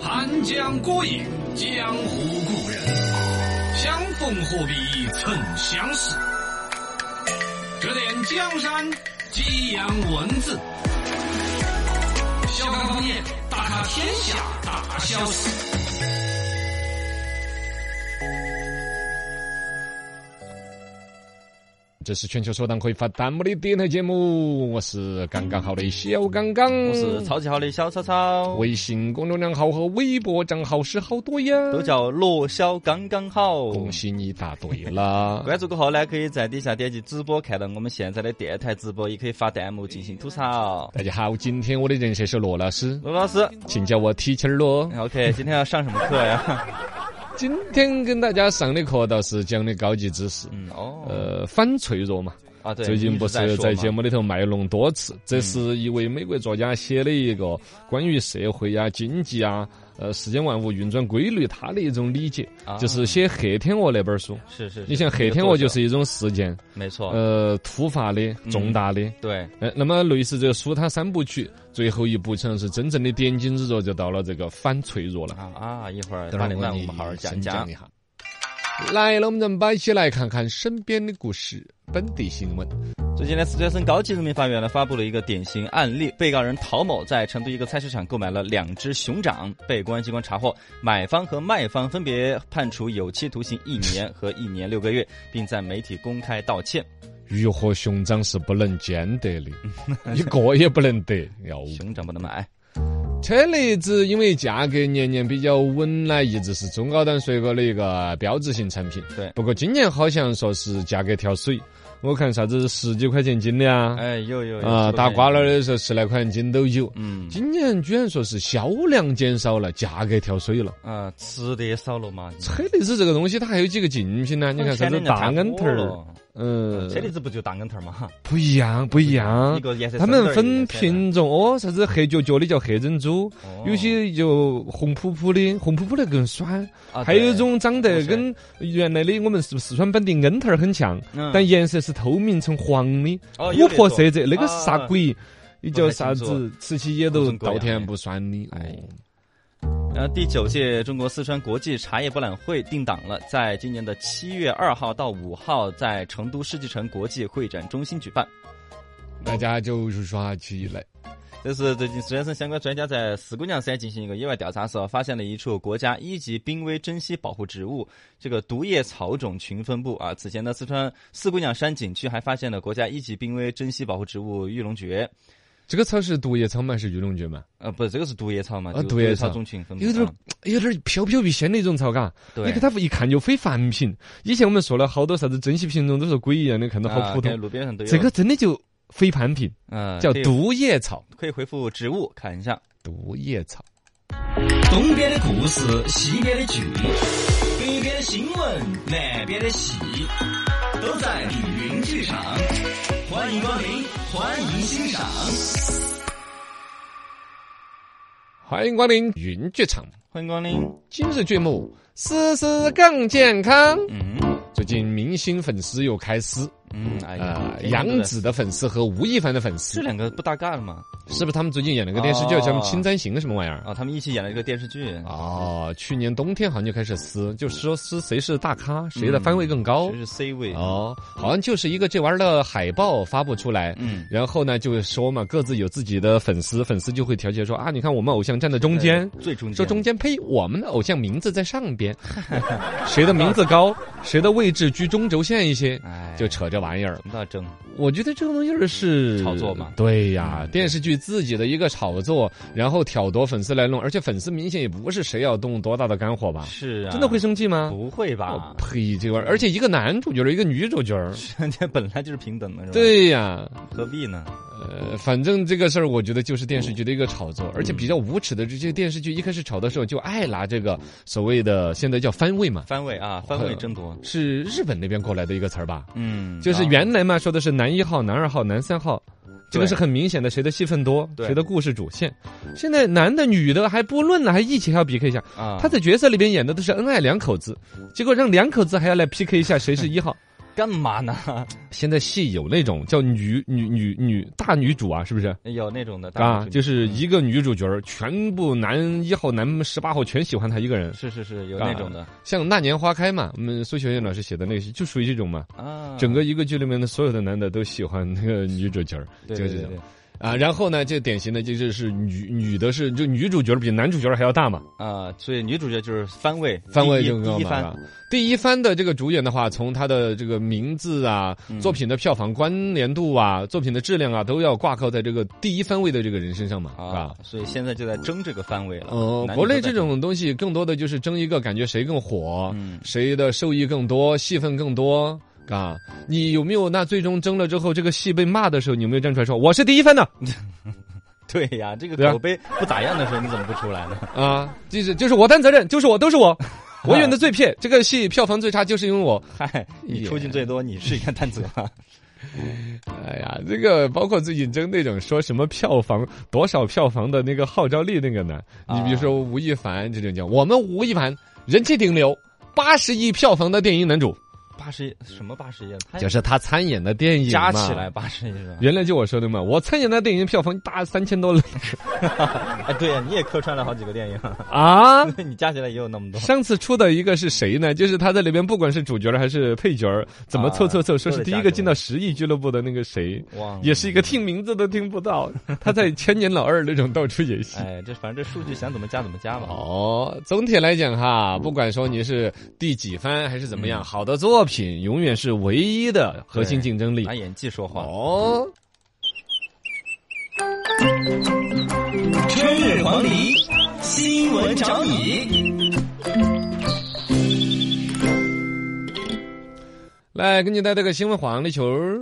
寒江孤影，江湖故人。相逢何必曾相识。指点江山，激扬文字。小刚方言，打卡天下大小事。这是全球首档可以发弹幕的电台节目，我是刚刚好的小刚刚，我是超级好的小超超，微信公众号和微博账号是好多呀，都叫罗小刚刚好。恭喜你答对 了。关注过后呢，可以在底下点击直播，看到我们现在的电台直播，也可以发弹幕进行吐槽。大家好，今天我的人设是罗老师，罗老师请叫我 teacher 罗。 ，OK，今天要上什么课 呀？今天跟大家上的课倒是讲的高级知识，嗯，哦，呃，反脆弱嘛。啊，对，最近不你一是直说嘛在嗯节目里头卖弄多次，这是一位美国作家写的一个关于社会呀、经济啊、呃世间万物运转规律他的一种理解，啊就是写黑天鹅那本书。是是，你像黑天鹅就是是一种事件，没错，呃，突发的、嗯重大的。对，呃，那么类似这个书，它三部曲，最后一部像是真正的点睛之作，就到了这个反脆弱了。啊啊，一会儿等八会儿点半我我给们好好你讲深讲讲一。下。来了，我们人摆起来看看身边的故事，本地新闻。最近呢，四川省高级人民法院呢发布了一个典型案例，被告人陶某在成都一个菜市场购买了两只熊掌，被公安机关查获，买方和卖方分别判处有期徒刑一年和一年六个月，并在媒体公开道歉。鱼和熊掌是不能兼得 的，一个也不能得。要不熊掌不能买，车厘子因为价格年年比较稳呢，一直是中高档水果的一个标志性产品。对不过今年好像说是价格跳水，我看啥子十几块钱斤的啊，哎，又又啊、打瓜了，的时候十来块钱斤都有。嗯今年居然说是销量减少了，价格跳水了。啊，吃的也少了嘛。车厘子这个东西，它还有几个竞品呢？你哦看啥子大恩头儿，了，哦嗯，车厘子不就大恩头儿嘛？不一样，不一样一。个颜色啊他深点儿，们分一个浅点品种哦，啥子黑脚脚的叫黑珍珠，儿，哦有些就红扑扑的，红扑扑的更酸，啊还有一对种长得红跟原来的我们四四川本地恩头儿很像，嗯但颜色是透明呈黄的，哦有琥那珀种色泽，那个是啥啊鬼？也叫不太啥清子？吃起也各都种各倒样甜的不酸的。哎哎，然呃后第九届中国四川国际茶叶博览会定档了，在今年的七月二号到五号，在成都世纪城国际会展中心举办。大家就是耍起来。这是最近四川省相关专家在四姑娘山进行一个野外调查时候，发现了一处国家一级濒危珍稀保护植物这个毒叶草种群分布啊。此前呢，四川四姑娘山景区还发现了国家一级濒危珍稀保护植物玉龙蕨。这个草是毒叶草吗？还是玉龙蕨吗？呃，不，这个是毒叶草嘛？啊这毒个毒叶草草种群分布有点啊儿有点儿飘飘欲仙的一种草，嘎。对，你看它一看就非凡品。以前我们说了好多啥子珍稀品种都是鬼一样的，看到啊好普跟通。路边上都有这个真的就非凡品，嗯叫可以毒叶草。可以回复植物看一下。毒叶草，东边的故事，西边的剧，北边的新闻，南边的戏，都在凌云剧场。欢迎光临，欢迎欣赏。欢迎光临云剧场。欢迎光临。今日剧目：丝丝更健康。嗯最近明星粉丝又开撕，嗯，哎呀呃，，天杨哪紫的粉丝和吴亦凡的粉这丝，两个不搭嘎了嘛？是不是他们最近演了个电视剧哦叫《青簪行》什么玩意儿？啊，他们一起演了一个电视剧，哦，去年冬天好像就开始撕，就是说撕谁是大咖，谁的番位更高嗯就。是 C 位。哦，好像就是一个这玩意儿的海报发布出来，嗯，然后呢就说嘛，各自有自己的粉丝，粉丝就会调节说啊，你看我们偶像站在中间，呃最中间，说中间呸，我们的偶像名字在上 边，谁的名字高，谁的位置居中轴线一些，哎，就扯这玩意儿。什么都要争。我觉得这个东西儿是炒作嘛嗯对呀，电视剧自己的一个炒作，然后挑夺粉丝来弄，而且粉丝明显也不是谁要动多大的肝火吧？是啊，真的会生气吗？不会吧哦？呸，这玩意儿，而且一个男主角儿一个女主角儿， 这本来就是平等的，是吧？，对呀，何必呢？呃，反正这个事儿，我觉得就是电视剧的一个炒作，而且比较无耻的，这些电视剧一开始炒的时候就爱拿这个所谓的现在叫番位嘛，番位啊，番位争夺。是日本那边过来的一个词儿吧？嗯，哦就是啊原来嘛，说的是男一号、男二号、男三号，这个对是很明显的，谁的戏份多，对谁的故事主线。现在男的、女的还不论了，还一起还要 PK 一下。啊， 他在角色里边演的都是恩爱两口子，结果让两口子还要来 PK 一下谁是一号，干嘛呢？ 现在戏有那种叫女女女女大女主啊，是不是？有那种的啊，就是是一个女主角儿，全部男一号、男十八号全喜欢她一个人。是是是有那种的像《那年花开》嘛，我们苏小燕老师写的那个戏，就属于这种嘛。啊，整个一个剧里面的所有的男的都喜欢那个女主角儿，对就对是这对种对啊。然后呢，这典型的就是是女女的是就女主角儿比男主角儿还要大嘛，啊，所以女主角就是番位，番位第一就第更一嘛。番了。第一番的这个主演的话，从他的这个名字啊、嗯作品的票房关联度啊、作品的质量啊，都要挂靠在这个第一番位的这个人身上嘛，啊啊，，所以现在就在争这个番位了。呃，男女国内都在这种东西更多的就是争一个感觉谁更火，嗯谁的受益更多，戏份更多。啊，你有没有那最终争了之后，这个戏被骂的时候，你有没有站出来说我是第一番的 对呀，这个对啊口碑不咋样的时候，你怎么不出来呢？ 啊？就是就是我担责任，就是我，都是我，我演的最撇，这个戏票房最差就是因为我。嗨，你出镜最多，你是一个担子啊吗？哎呀，这个包括最近争那种说什么票房多少票房的那个号召力那个呢？你啊比如说吴亦凡这种叫我们吴亦凡人气顶流，八十亿票房的电影男主， 八十一什么八十一？啊他就是他参演的电影哎加嘛起来。八十一是吧？原来就我说的嘛，我参演的电影票房达三千多了哎，对呀，你也客串了好几个电影， 啊！你加起来也有那么 多。上次出的一个是谁呢？就是他在里边，不管是主角儿还是配角儿，怎么凑凑凑，啊说是第都一得个加进到十亿俱乐部的那个谁， 哇，也是一个听名字都听不到， 他在千年老二那种到处演戏。哎，这反正这数据想怎么加怎么加吧。哦，总体来讲哈，不管说你是第几番还是怎么样，好的作品永远是唯一的核心对竞争力拿。演技说话。哦，春日黄鹂，新 闻找你。来给你带这个新闻黄的球儿。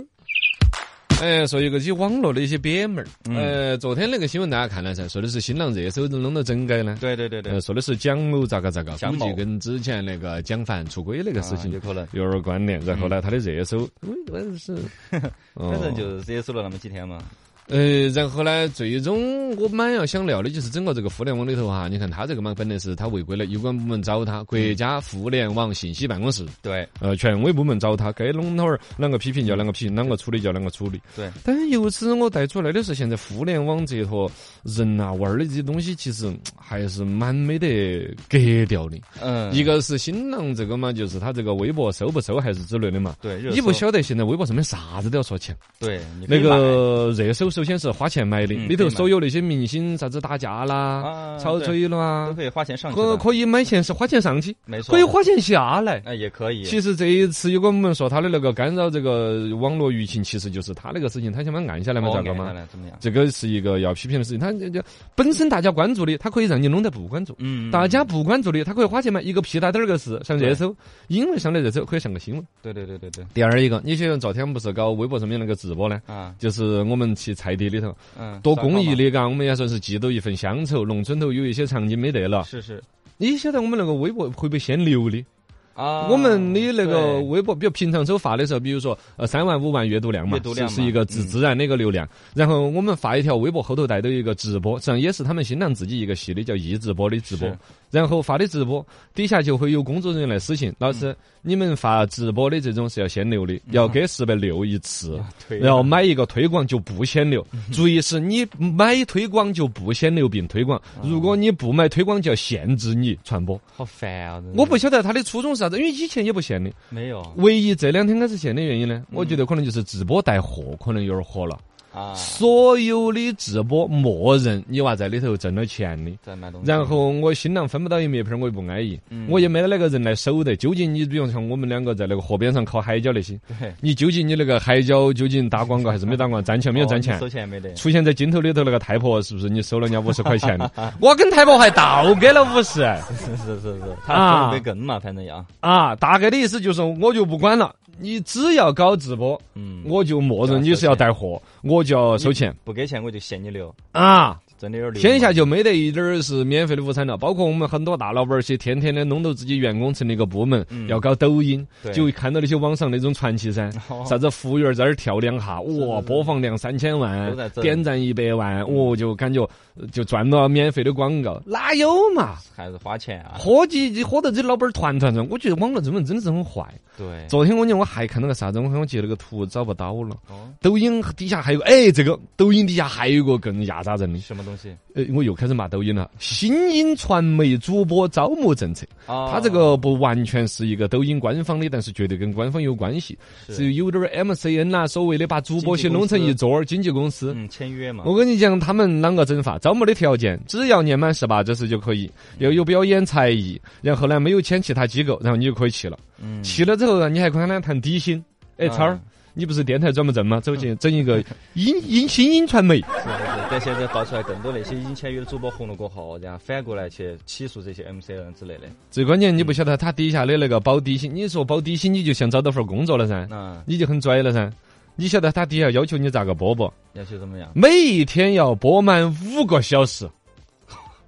哎，说一个些网络的一些瘪门儿。嗯呃，昨天那个新闻大家看了噻，说的是新浪热搜弄到整改呢。对对对对呃，，说的是蒋某咋个咋个，蒋估计某跟之前那个蒋凡出轨那个事情啊有可能有点儿关联。然后呢，他的热搜，嗯 喂我是，反反正就热搜了那么几天嘛。呃，然后呢，最终我们要想聊的就是整个这个互联网里头哈，你看他这个嘛，本来是他违规了，有关部门找他，国家互联网信息办公室，对呃，权威部门找他，该弄哪儿啷个批评就啷个批评，啷个处理就啷个处理。对，但由此我带出来的是，现在互联网这一坨人呐、玩儿的这些东西，其实嗯还是蛮没得格调的。嗯，一个是新浪这个嘛，就是他这个微博收不收还是之类的嘛。对热搜你不晓得现在微博上面啥子都要说钱，对你可那以个热搜首先是花钱买的，嗯里头可以买所有那些明星啥子打架啦、啊，吵对嘴都啦，可以花钱上去可的，可以买钱是花钱上去，没错，可以花钱下来。哎也可以，其实这一次有关部门说他的那个干扰这个网络舆情，其实就是他那个事情，他想把它按下来嘛，哦咋个按下嘛？来怎么样？这个是一个要批评的事情，他就本身大家关注的，他可以让你弄得不关注。嗯，大家不关注的，他可以花钱买一个屁大点儿个事上热搜，因为上了热搜可以上个新闻。对对对对对第二一个，你晓得昨天不是搞微博上面那个直播呢？啊，就是我们去菜地里头嗯，多烧公烤益嘛，的，嘎，我们也算是尽到一份乡愁。农村头有一些场景没得了，是是你晓得我们那个微博会不会限流的？啊，我们的那个对微博，比如平常时候发的时候，比如说呃三万五万阅读量嘛，阅读量是嘛是一个自嗯自然的一个流量。然后我们发一条微博，后头带到一个直播，实际上也是他们新浪自己一个系的叫易直播的直播是。然后发的直播底下就会有工作人员来私信，老师，你们发直播的这种是要限流的，嗯要给四百六一次。对 然后买一个推广就不限流，嗯注意是你买推广就不限流并推广，嗯如果你不买推广就要限制你传播。好烦啊！真的我不晓得他的初衷是啥子，因为以前也不限的，没有唯一这两天开始限的原因嗯呢，我觉得可能就是直播带货可能有点火了。啊，所有的直播默认你娃在里头挣了钱的。在买东西，然后我新郎分不到一面皮儿，我也不安逸，嗯我也没得那个人来守得。究竟你比如像我们两个在那个河边上烤海椒那些，对，你究竟你那个海椒究竟打广告还是没打广告， 赚钱没有哦赚你钱？收钱 没得？出现在镜头里头那个太婆是不是你收了人家五十块 钱的？我跟太婆还倒给了五十。是是是是，啊他不会跟嘛，反正要，啊，大概的意思就是我就不管了，你只要搞直播，嗯，我就默认你是要带货，我就要收钱不给钱我就限你流，啊。真的有点天下就没得一点儿是免费的午餐了。包括我们很多大老板儿些，天天的弄到自己员工成立一个部门，要搞抖音嗯对，哦就看到那些网上那种传奇噻，啥子服务员在那儿跳两下，哇，播放量三千万都在，嗯挣点赞一百万，哦，就感觉呃就赚了免费的广告，哪有嘛？还是花钱 啊。喝几喝到这老板儿团团转，我觉得网络这门真的是很坏。对，昨天我讲我还看到个啥子，我看我截了个图找不到了。哦，抖音底下还有个，哎，这个抖音底下还有一个更压榨人的，什么东西？呃，我又开始骂抖音了。新音传媒主播招募政策，啊它这个不完全是一个抖音官方的，但是绝对跟官方有关系，是有点儿 MCN 啦、啊所谓的把主播先弄成一桌儿经纪公司。嗯签约嘛。我跟你讲，他们啷个整法？招募的条件，只要年满十八周岁就可以，嗯又有表演才艺，然后呢没有签其他机构，然后你就可以去了。嗯，去了之后呢，你还可以跟他谈底薪。哎，超儿嗯，你不是电台转不正吗？走进整一 个音音新音传媒。是是是，但现在爆出来更多那些已经签约的主播红了过后，然后反过来去起诉这些 MCN 之类的。最关键你不晓得他底下的那个保底薪，你说保底薪你就想找到份工作了噻，那你就很拽了噻。你晓得他底下要求你咋个播不？要去怎么样？每一天要播满五个小时。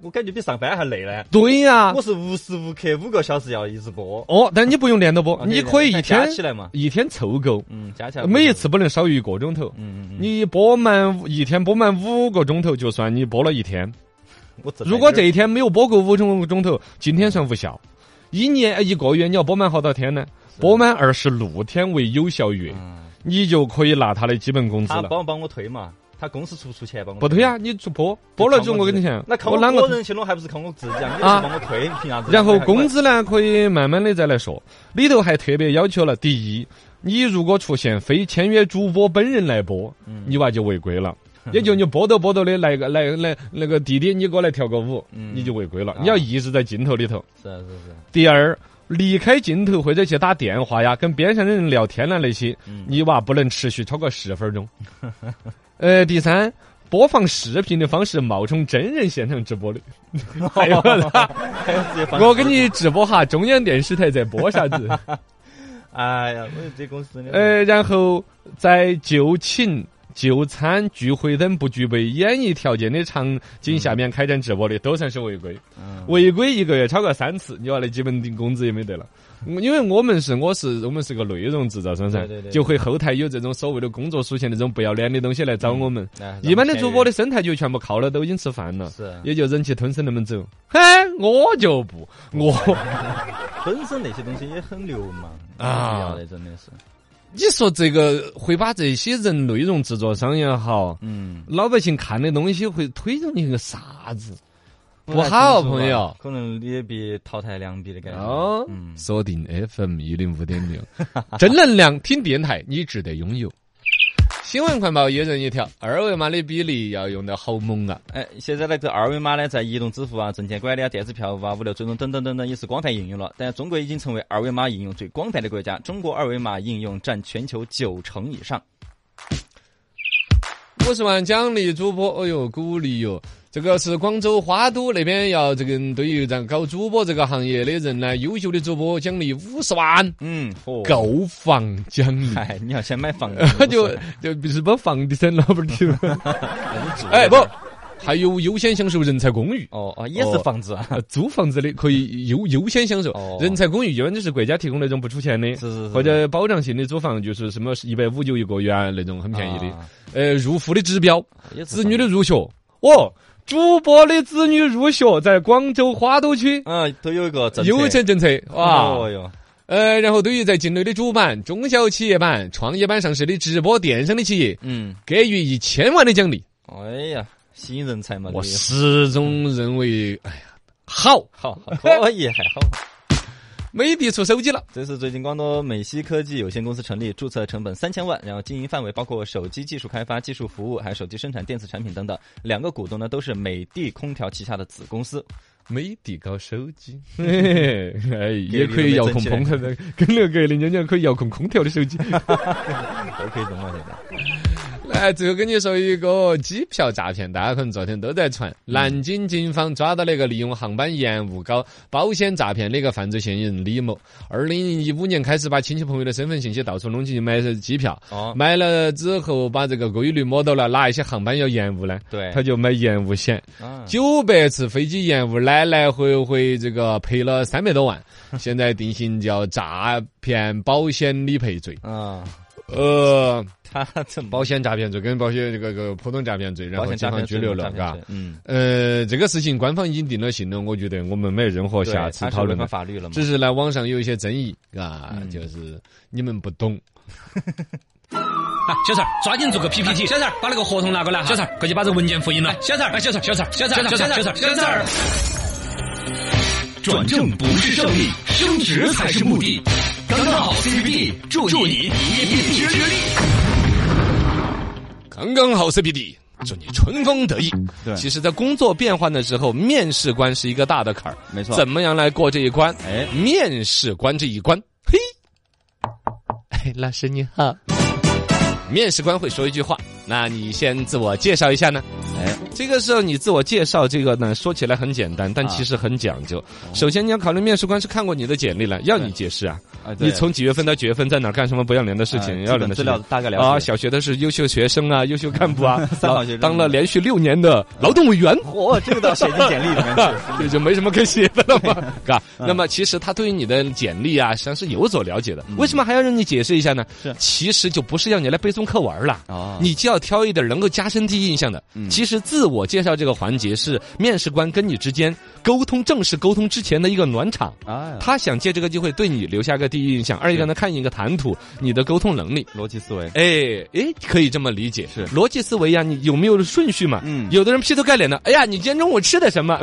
我感觉比上班还累嘞。对呀、我是无时无刻五个小时要一直播，哦，但你不用练到播，你可以一加天起来嘛。一天凑够，嗯，加起来每一次不能少于一个钟头。嗯，嗯嗯，你播满一天播满五个钟头，就算你播了一天。我自如果这在一天没有播够五钟钟头，今天算无效。嗯一年呃一个月你要播满好多天呢？播满二十六天为有效这月儿，，嗯你就可以拿他的基本工资他了。帮帮我推嘛，他公司出不出钱帮我？不对呀，，你去播播了之后，我跟你讲，那靠我我啷个个？人去弄，还不是靠我自己啊？你啊帮我推，凭啥子？然后工资呢，可以慢慢的再来说。里头还特别要求了，第一，你如果出现非签约主播本人来播，嗯你娃就违规了。也就你播着播着的来个来来那个弟弟，你过来跳个舞，嗯你就违规了啊。你要一直在镜头里头。是啊是啊是 啊，第二，离开镜头或者去打电话呀，跟边上的人聊天啦啊那些，嗯你娃不能持续超过十分钟。 呃，第三。播放视频的方式冒充真人现场直播的，还有啦，还有直接放我给。你直播哈，中央电视台在播啥子？哎呀，我这公司真的呃，然后在就寝、就餐、聚会等不具备演艺条件的场景下面开展直播的，都算是违规。嗯违规一个月超过三次，你娃的基本定工资也没得了。嗯因为我们是我是我们是个内容制造商噻对对对，就会后台有这种所谓的工作属性那种不要脸的东西来找我们。嗯哎一般的主播的生态就全部靠了抖音吃饭了，是啊也就忍气吞声那么 走。嘿，我就不我，本身那些东西也很流氓啊要的真的是，你说这个会把这些人内容制作商也好，嗯，老百姓看的东西会推动你个啥子？不嗯好，朋友。可能也比淘汰良币的感觉。哦嗯，锁定 FM 一零五点六， 正能量听电台，你值得拥有。新闻快报一人一条，二维码的比例要用得好猛啊！哎，现在那个二维码呢，在移动支付啊、证券管理啊、电子票务啊、物流追踪等等等等，也是广泛应用了。但中国已经成为二维码应用最广泛的国家，中国二维码应用占全球九成以上。五十万奖励主播，哎呦，鼓励哟！这个是广州花都那边要这个对于咱搞主播这个行业的人呢，优秀的主播奖励五十万，嗯，嚯、购房奖励。哎，你要 先买房他就哦就不是把房地产老板儿提了哎哎不，还有优先享受人才公寓。哦哦，也是房子啊，呃租房子的可以优优先享受哦人才公寓，一般都是国家提供那种不出钱的，是是是啊或者保障性的租房，就是什么一百五九一个月啊那种很便宜的。啊呃，入户的指标，也是子女房的入学哦，主播的子女入学在广州花都区子啊，都有一个政策优先政策哦哇。哟，呃，然后对于在境内的主板、中小企业板、创业板上市的直播电商的企业，嗯，给予一千万的奖励。哎呀，吸引人才嘛，我这个始终认为，哎呀，好，好好可以还好。美的出手机了。这是最近广东美西科技有限公司成立，注册成本三千万，然后经营范围包括手机技术开发、技术服务，还有手机生产、电子产品等等。两个股东呢都是美的空调旗下的子公司。美的搞手机，嘿嘿哎，也可以遥控空调的，跟那个格林讲讲可以遥控空调的手机。都可以懂了现在。来，最后跟你说一个机票诈骗，大家可能昨天都在传，南京警方抓到了一个利用航班延误搞保险诈骗的一个犯罪嫌疑人李某。二零一五年开始把亲戚朋友的身份信息到处弄进去买机票，哦，买了之后把这个规律摸到了，哪一些航班要延误呢？对他就买延误险， 啊，九百次飞机延误，来来回回这个赔了三百多 万，现在定性叫诈骗保险理赔罪。啊，呃。他这么保险诈骗罪跟保险这个个普通诈骗罪，然保后险警诈方骗拘留了，嘎嘎。，嗯，呃，这个事情官方已经定了性了，我觉得我们没任何对瑕疵他是讨违论反的。法律了嘛只？是呢，网上有一些争议，啊，嗯就是你们不懂。啊，小蔡，抓紧做个 PPT。小蔡，啊把那个合同拿过来哈。小蔡，过去把这文件复印了。小蔡，哎，小蔡，小蔡，小蔡，小蔡，小蔡，小蔡。转正不是胜利，升职才是目的。刚刚好 CBD，祝祝你一臂之力。刚刚好 CBD，祝你春风得意。嗯对其实，在工作变换的时候，面试官是一个大的坎儿。没错怎么样来过这一关？哎面试官这一关，嘿，哎，老师你好。面试官会说一句话，那你先自我介绍一下呢？哎，这个时候你自我介绍这个呢，说起来很简单，但啊其实很讲究。首先，你要考虑面试官是看过你的简历了，要你对解释啊，啊对你从几月份到几月份在哪儿干什么不要脸的事啊情，基要脸本的事资料情。大概了解，啊，小学的是优秀学生啊，优秀干部啊 三好学生当了连续六年的劳动委 员。嚯，这个到写进简历里面 去。这就没什么可写的了 嘛，嘎。嗯那么其实他对于你的简历啊，实际上是有所了解的。为什么还要让你解释一下呢？嗯是其实就不是要你来背诵课文了哦，你就要挑一点能够加深第一印象的。嗯其实自我介绍这个环节是面试官跟你之间沟通正式沟通之前的一个暖场。啊，他想借这个机会对你留下个第一印象，二一个呢，看你一个谈吐，你的沟通能力。逻辑思维，哎哎，可以这么理解，是逻辑思维呀、你有没有顺序嘛？嗯有的人劈头盖脸的，哎呀，你今天中午吃的什 么？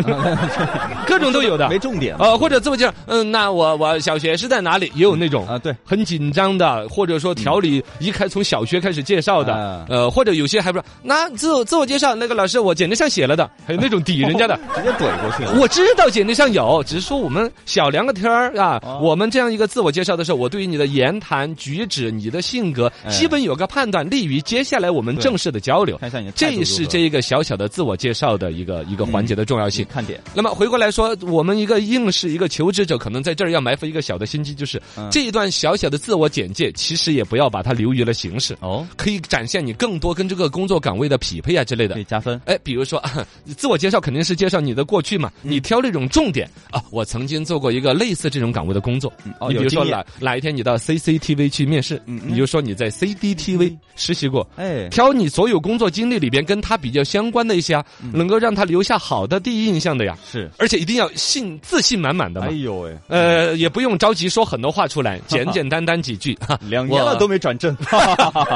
各种都有的没。重点呃，或者自我介绍，嗯，那我我小学是在哪里？也有那种啊，对，很紧张的，或者说条理一开从小学开始介绍的啊，呃，或者有些还不是，那自我自我介绍那个老师，我简历上写了的，还有那种抵人家的，直接怼过去 了。我知道简历上有，只是说我们小聊个天儿啊。哦我们这样一个自我介绍的时候，我对于你的言谈举止、你的性格，哎基本有个判断，利于接下来我们对正式的交流看一下你的。态度这如何是这一个小小的自我介绍的一个嗯一个环节的重要性。看点，那么回过来说，我们一个应试一个求职者，可能在这儿要埋伏一个小的心机，就是、嗯这一段小小的自我简介，其实也不要把它流于了形式，哦，可以展现你更多跟这个工作岗位的匹配啊之类的可以。加分。哎，比如说， 自我介绍肯定是介绍你的过去嘛，嗯你挑这种重点啊。我曾经做过一个类似这种岗位的工作，哦你比有如说经验哪哪一天你到 CCTV 去面试，嗯嗯你就说你在 CDTV 实习过。哎，挑你所有工作经历里边跟他比较相关的一些、啊，嗯能够让他留下好的第一印象的呀，是，而且一定要信自信满满的嘛哎。呦喂，呃，也不用着急说很多话出来， 简简单单几句。哈两年我了都没转正，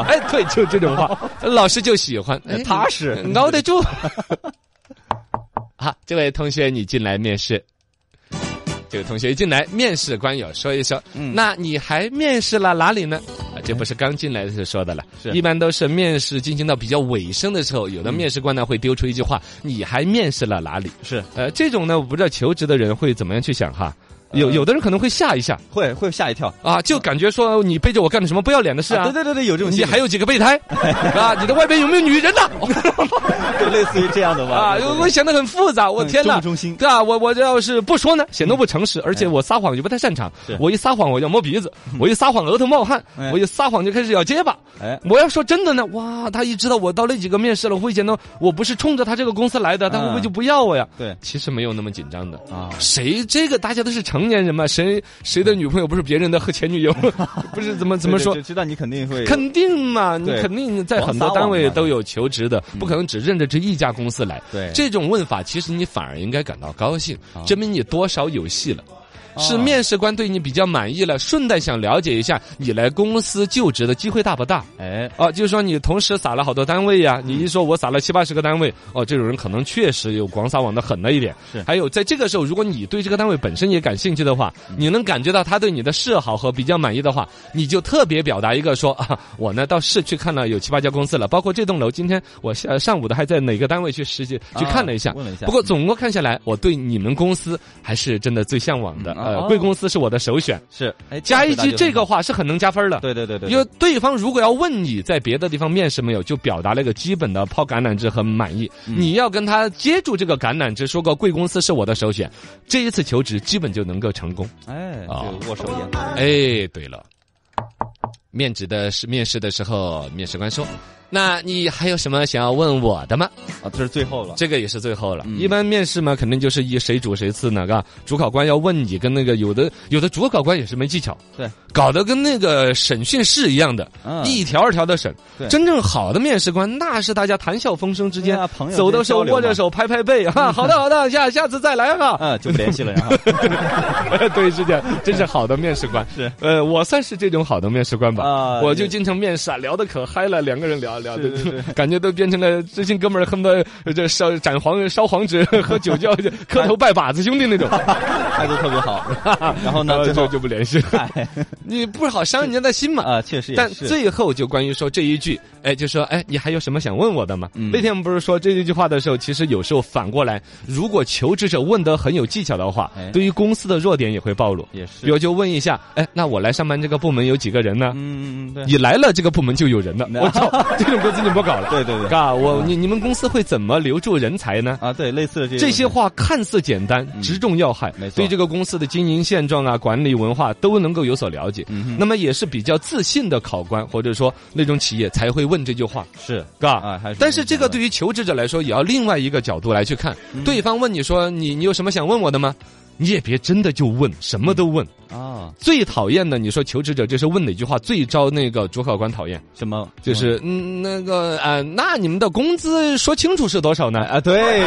哎，对，就这种话，老师就喜欢，哎 踏实熬得 住。好，啊这位同学，你进来面试。这个同学一进来，面试官有说一说，嗯那你还面试了哪里呢？啊，这不是刚进来的时候说的了，是一般都是面试进行到比较尾声的时候，有的面试官呢会丢出一句话：“你还面试了哪里是？”嗯呃，这种呢，我不知道求职的人会怎么样去想哈。呃有有的人可能会吓一吓会会吓一跳。啊，就感觉说你背着我干了什么不要脸的事啊对。对对对，有这种心你理，还有几个备 胎啊？你的外边有没有女人 呢？对类似于这样的吧？啊对，对我想的很复杂，我嗯天哪！中不中心对啊，我我这要是不说呢，显得不诚实，而且我撒谎也不太擅长是。嗯我一撒谎我要摸鼻子，我一撒谎额头冒汗哎，我一撒谎就开始咬结巴。哎，我要说真的呢，哇，他一知道我到那几个面试了，会显得我不是冲着他这个公司来的，他会不会嗯就不要我呀？对其实没有那么紧张的。啊，谁这个大家都是成年人嘛，谁谁的女朋友不是别人的和前女 友，不是怎么怎么对对说就？知道你肯定会肯定嘛，你对肯定在广很多撒网单位嘛嗯都有求职的，不可能只认着这一家公司来。对这种问法，其实你反而应该感到高兴，证明你多少有戏了。是啊面试官对你比较满意了，顺带想了解一下你来公司就职的机会大不大？哎，啊，就是说你同时撒了好多单位嗯呀、你一说我撒了七八十个单位，哦，这种人可能确实有广撒网的狠了一点。是还有在这个时候，如果你对这个单位本身也感兴趣的话，嗯你能感觉到他对你的示好和比较满意的话，你就特别表达一个说啊，我呢到市区看了有七八家公司了，包括这栋楼，今天我下上午的还在哪个单位去实习去啊看了一下。问了一下不过总共看下来，我对你们公司还是真的最向往的。的，嗯呃哦，贵公司是我的首选。是，哎，加一句样回答就这个很好，话是很能加分的。对对对对，因为对方如果要问你在别的地方面试没有，就表达了一个基本的抛橄榄枝和满意。你要跟他接住这个橄榄枝，说个贵公司是我的首选，这一次求职基本就能够成功。哎，啊这个握手言，哎，对了，面试的是面试的时候，面试官说：“那你还有什么想要问我的吗啊，这是最后了？”，这个也是最后了。嗯一般面试嘛，肯定就是以谁主谁次哪个主考官要问你，跟那个有的有的主考官也是没技巧，对，搞得跟那个审讯室一样的，嗯一条二条的审。对真正好的面试官，那是大家谈笑风生之间，对啊朋友走的间时候交流嘛嗯握着手拍拍背，哈、好的好的，下下次再来哈、 啊，就不联 系了，然后对，是这样，真是好的面试官。是，呃，我算是这种好的面试官吧。啊我就也经常面试啊，聊的可嗨了，两个人聊聊是的，是是 感觉都变成了知心哥们儿，恨不得呃这烧斩黄烧黄 纸、喝酒叫、磕头拜把子兄弟 那种。态度特别好， 然后然 呢，后最后哎就就不联系了，你不好伤人家的心嘛。啊，确实也但是，最后就关于说这一句，哎，就说哎，你还有什么想问我的吗？那天我们不是说这一句话的时候，其实有时候反过来，如果求职者问得很有技巧的话哎，对于公司的弱点也会暴露。也比是，如就问一下，哎，那我来上班这个部门有几个人呢？嗯嗯嗯，对，你来了，这个部门就有 人了。那我操，这种公司你莫搞了。对对对嘎，我你你们公司会怎么留住人才呢？啊，对，类似的这这这些话看似简单，直中要害没，错对这个公司的经营现状啊、管理文化都能够有所了解。嗯那么也是比较自信的考官，或者说那种企业才会问这句话，是嘎啊，。还是但是这个对对于求职者来说，也要另外一个角度来去看。嗯对方问你说你你有什么想问我的吗？你也别真的就问，什么都问。啊，最讨厌的，你说求职者就是问哪句话最招那个主考官讨厌，什么就是嗯那个啊、呃那你们的工资说清楚是多少呢？啊，对，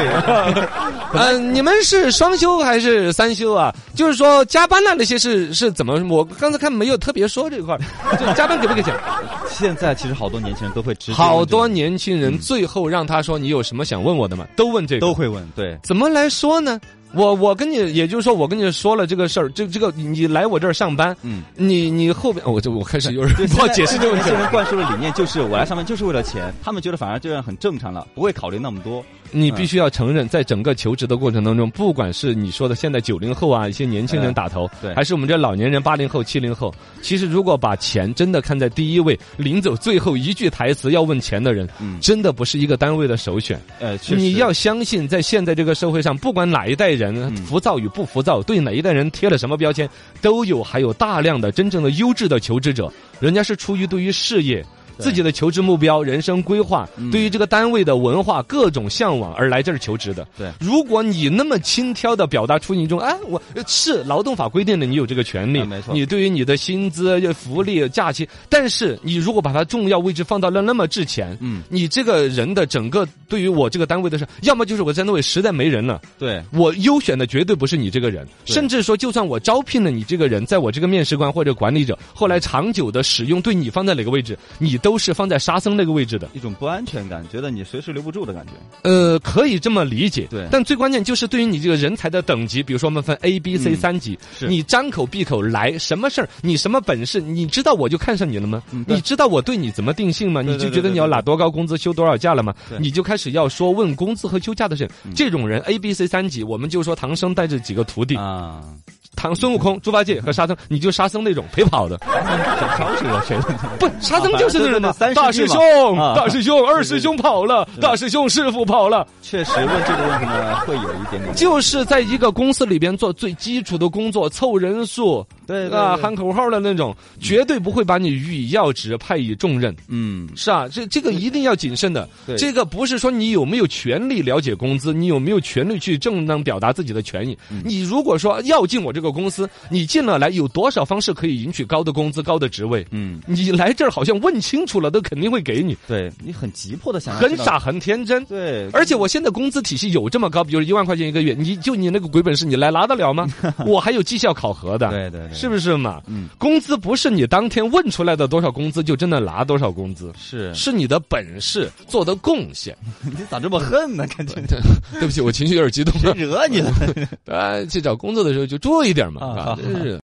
呃，你们是双休还是三休啊？就是说加班啊呐、那些是是怎么？我刚才看没有特别说这块儿，就加班给不给钱？嗯现在其实好多年轻人都会直接好问这个多年轻人最后让他说你有什么想问我的吗？都问这个，都会问，对，怎么来说呢？我我跟你，也就是说，我跟你说了这个事儿，这这个你来我这儿上班，嗯。你你后边，哦我这我开始有人 不好解释这个问年题轻了。人灌输的理念就是我来上班就是为了钱，他们觉得反而这样很正常了，不会考虑那么多。你必须要承认，在整个求职的过程当中，不管是你说的现在九零后啊，一些年轻人打头，对还是我们这老年人八零后、七零后，其实如果把钱真的看在第一位，临走最后一句台词要问钱的人，嗯真的不是一个单位的首选。呃，确实你要相信，在现在这个社会上，不管哪一代嗯人浮躁与不浮躁，对哪一代人贴了什么标签，都有还有大量的真正的优质的求职者，人家是出于对于事业。对嗯自己的求职目标、人生规划，对于这个单位的文化各种向往而来这儿求职的。对如果你那么轻佻的表达出你一种，哎，我是劳动法规定的，你有这个权利，啊没错你对于你的薪资、福利、假期，但是你如果把它重要位置放到了那么之前，嗯，你这个人的整个对于我这个单位的事，要么就是我单位实在没人了，对我优选的绝对不是你这个人，对甚至说就算我招聘了你这个人，在我这个面试官或者管理者后来长久的使用，对你放在哪个位置，你都是放在沙僧那个位置的。一种不安全感，觉得你随时留不住的感觉。呃，可以这么理解，对但最关键就是对于你这个人才的等级，比如说我们分 A、B、C 嗯三级，是你张口闭口来什么事儿，你什么本事，你知道我就看上你了吗？嗯对你知道我对你怎么定性吗？对你对就对觉得对你要对拿多高工资休多少假了吗对？嗯你就开始要说问工资和休假的事。这种人 A、B、C 三级，我们就说唐僧带着几个徒弟，啊，嗯唐孙悟空、猪八戒和沙僧，你就沙僧那种陪 跑的，招谁了谁了？不，沙僧就是那种的啊对对对。大三师师弟嘛兄，啊大师兄，二师兄跑了，大师兄师傅跑了。确实问这个问题呢，会有一点点就是在一个公司里边做最基础的工作，凑人数，对啊，喊口号的那种，绝对不会把你予以要职，派以重任。嗯，是啊，这这个一定要谨慎的对。这个不是说你有没有权利了解工资，你有没有权利去正当表达自己的权益。嗯你如果说要进我这个公司，你进了来有多少方式可以赢取高的工资、高的职位？嗯，你来这儿好像问清楚了，都肯定会给你，对你很急迫的想要很啊知道，傻很天真。对，而且我现在工资体系有这么高，比如一万块钱一个月，你就你那个鬼本事，你来拿得了 吗？我还有绩效考核的，对对对是不是嘛？嗯工资不是你当天问出来的多少工资就真的拿多少工资，是是你的本事做的贡献。你咋这么恨呢？感觉对不起，我情绪有点激动呃谁惹你了？啊，去找工作的时候就注意点嘛，啊啊好，真是。